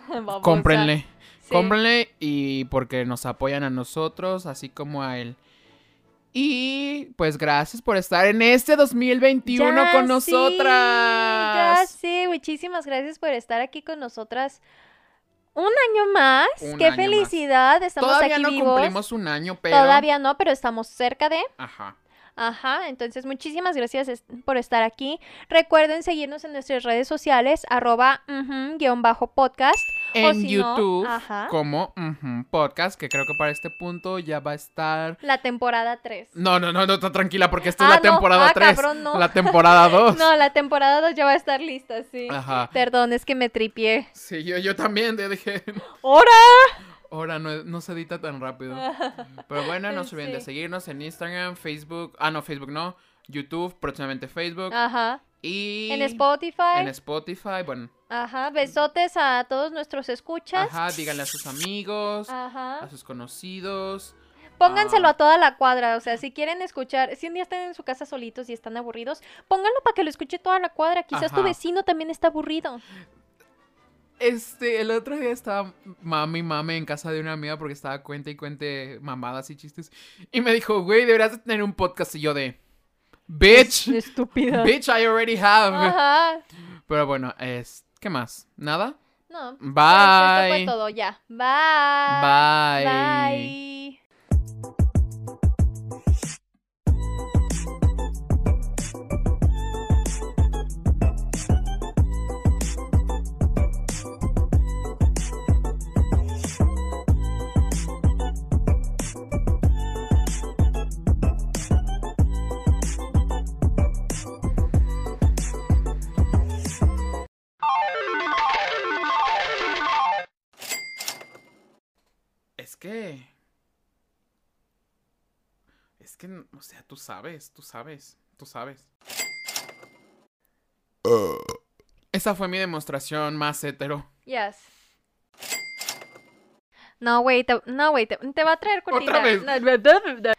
Speaker 2: Babosa.
Speaker 1: Cómprenle.
Speaker 2: Sí.
Speaker 1: Cómprenle y porque nos apoyan a nosotros, así como a él. Y pues gracias por estar en este 2021
Speaker 2: Ya,
Speaker 1: con
Speaker 2: sí, Ya
Speaker 1: nosotras.
Speaker 2: sí, muchísimas gracias por estar aquí con nosotras un año más.
Speaker 1: Un
Speaker 2: ¡Qué
Speaker 1: año más.
Speaker 2: felicidad! Estamos
Speaker 1: Todavía
Speaker 2: aquí
Speaker 1: no
Speaker 2: vivos.
Speaker 1: cumplimos un año, pero.
Speaker 2: Todavía no, pero estamos cerca de.
Speaker 1: Ajá.
Speaker 2: Ajá, entonces muchísimas gracias es- por estar aquí. Recuerden seguirnos en nuestras redes sociales, arroba ujú, guión bajo podcast.
Speaker 1: En
Speaker 2: si no,
Speaker 1: YouTube,
Speaker 2: ajá.
Speaker 1: como ujú, podcast, que creo que para este punto ya va a estar.
Speaker 2: La temporada 3.
Speaker 1: No, no, no, no, está tranquila porque esta
Speaker 2: Ah,
Speaker 1: es la
Speaker 2: no.
Speaker 1: temporada
Speaker 2: Ah,
Speaker 1: 3.
Speaker 2: cabrón, no.
Speaker 1: La temporada 2.
Speaker 2: No, la temporada 2 ya va a estar lista, sí.
Speaker 1: Ajá.
Speaker 2: Perdón, es que me tripié.
Speaker 1: Sí, yo, yo también te dije.
Speaker 2: ¡Hora!
Speaker 1: Ahora no, no se edita tan rápido. Pero bueno, no se olviden de
Speaker 2: Sí.
Speaker 1: seguirnos en Instagram, Facebook. Ah, no, Facebook no. YouTube, próximamente Facebook.
Speaker 2: Ajá.
Speaker 1: Y.
Speaker 2: Ah, En Spotify.
Speaker 1: En Spotify. Bueno,
Speaker 2: Ajá. Besotes a todos nuestros escuchas.
Speaker 1: ajá, díganle a sus amigos, a
Speaker 2: Ajá.
Speaker 1: sus conocidos.
Speaker 2: Pónganselo
Speaker 1: Ah.
Speaker 2: a toda la cuadra. O sea, si quieren escuchar, si un día están en su casa solitos y están aburridos, pónganlo para que lo escuche toda la cuadra. Quizás tu
Speaker 1: Ajá.
Speaker 2: vecino también está aburrido.
Speaker 1: Este, el otro día estaba mami, mami en casa de una amiga porque estaba cuente y cuente mamadas y chistes. Y me dijo, güey, deberías de tener un podcast. Y yo de, bitch,
Speaker 4: Estúpida.
Speaker 1: bitch, I already have.
Speaker 2: Ajá.
Speaker 1: Pero bueno, es, ¿qué más? ¿Nada?
Speaker 2: No.
Speaker 1: Bye.
Speaker 2: Esto fue todo ya. Bye.
Speaker 1: Bye.
Speaker 2: Bye.
Speaker 1: Es que... Es que, o sea, tú sabes, tú sabes, tú sabes. Esa fue mi demostración más hetero.
Speaker 2: Yes. No, güey, te, no, güey, te, te va a traer cortina.
Speaker 1: Otra vez.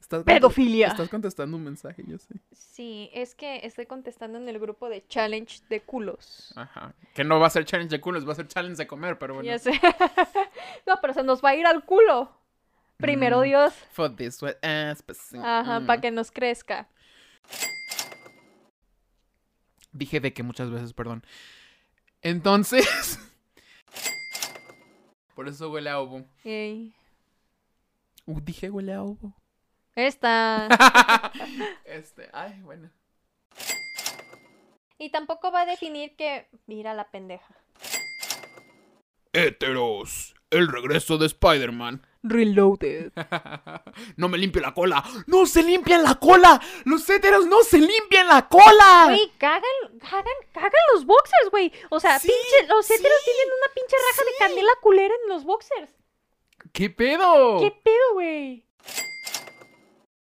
Speaker 1: Estás conte-
Speaker 4: Pedofilia.
Speaker 1: Estás contestando un mensaje, yo sé.
Speaker 2: Sí, es que estoy contestando en el grupo de challenge de culos.
Speaker 1: Ajá. Que no va a ser challenge de culos, va a ser challenge de comer, pero Ah, bueno.
Speaker 2: Ya sé. no, pero se nos va a ir al culo. Primero
Speaker 1: Mm.
Speaker 2: Dios.
Speaker 1: For this wet ass, pues, sí.
Speaker 2: Ajá,
Speaker 1: Mm.
Speaker 2: para que nos crezca.
Speaker 1: Dije de que muchas veces, perdón. Entonces. Por eso huele a ovo.
Speaker 2: Ey.
Speaker 1: Uh, dije huele a ovo.
Speaker 2: Esta.
Speaker 1: este, ay, bueno.
Speaker 2: y tampoco va a definir que. Mira la pendeja.
Speaker 1: Héteros, el regreso de Spider-Man.
Speaker 4: Reloaded.
Speaker 1: no me limpio la cola. ¡No se limpian la cola! ¡Los héteros no se limpian la cola!
Speaker 2: Güey, cagan, cagan, cagan los boxers, güey. O sea,
Speaker 1: Sí,
Speaker 2: pinche, los
Speaker 1: sí,
Speaker 2: héteros tienen una pinche raja de canela culera en los boxers.
Speaker 1: ¿Qué pedo?
Speaker 2: ¿Qué pedo, güey?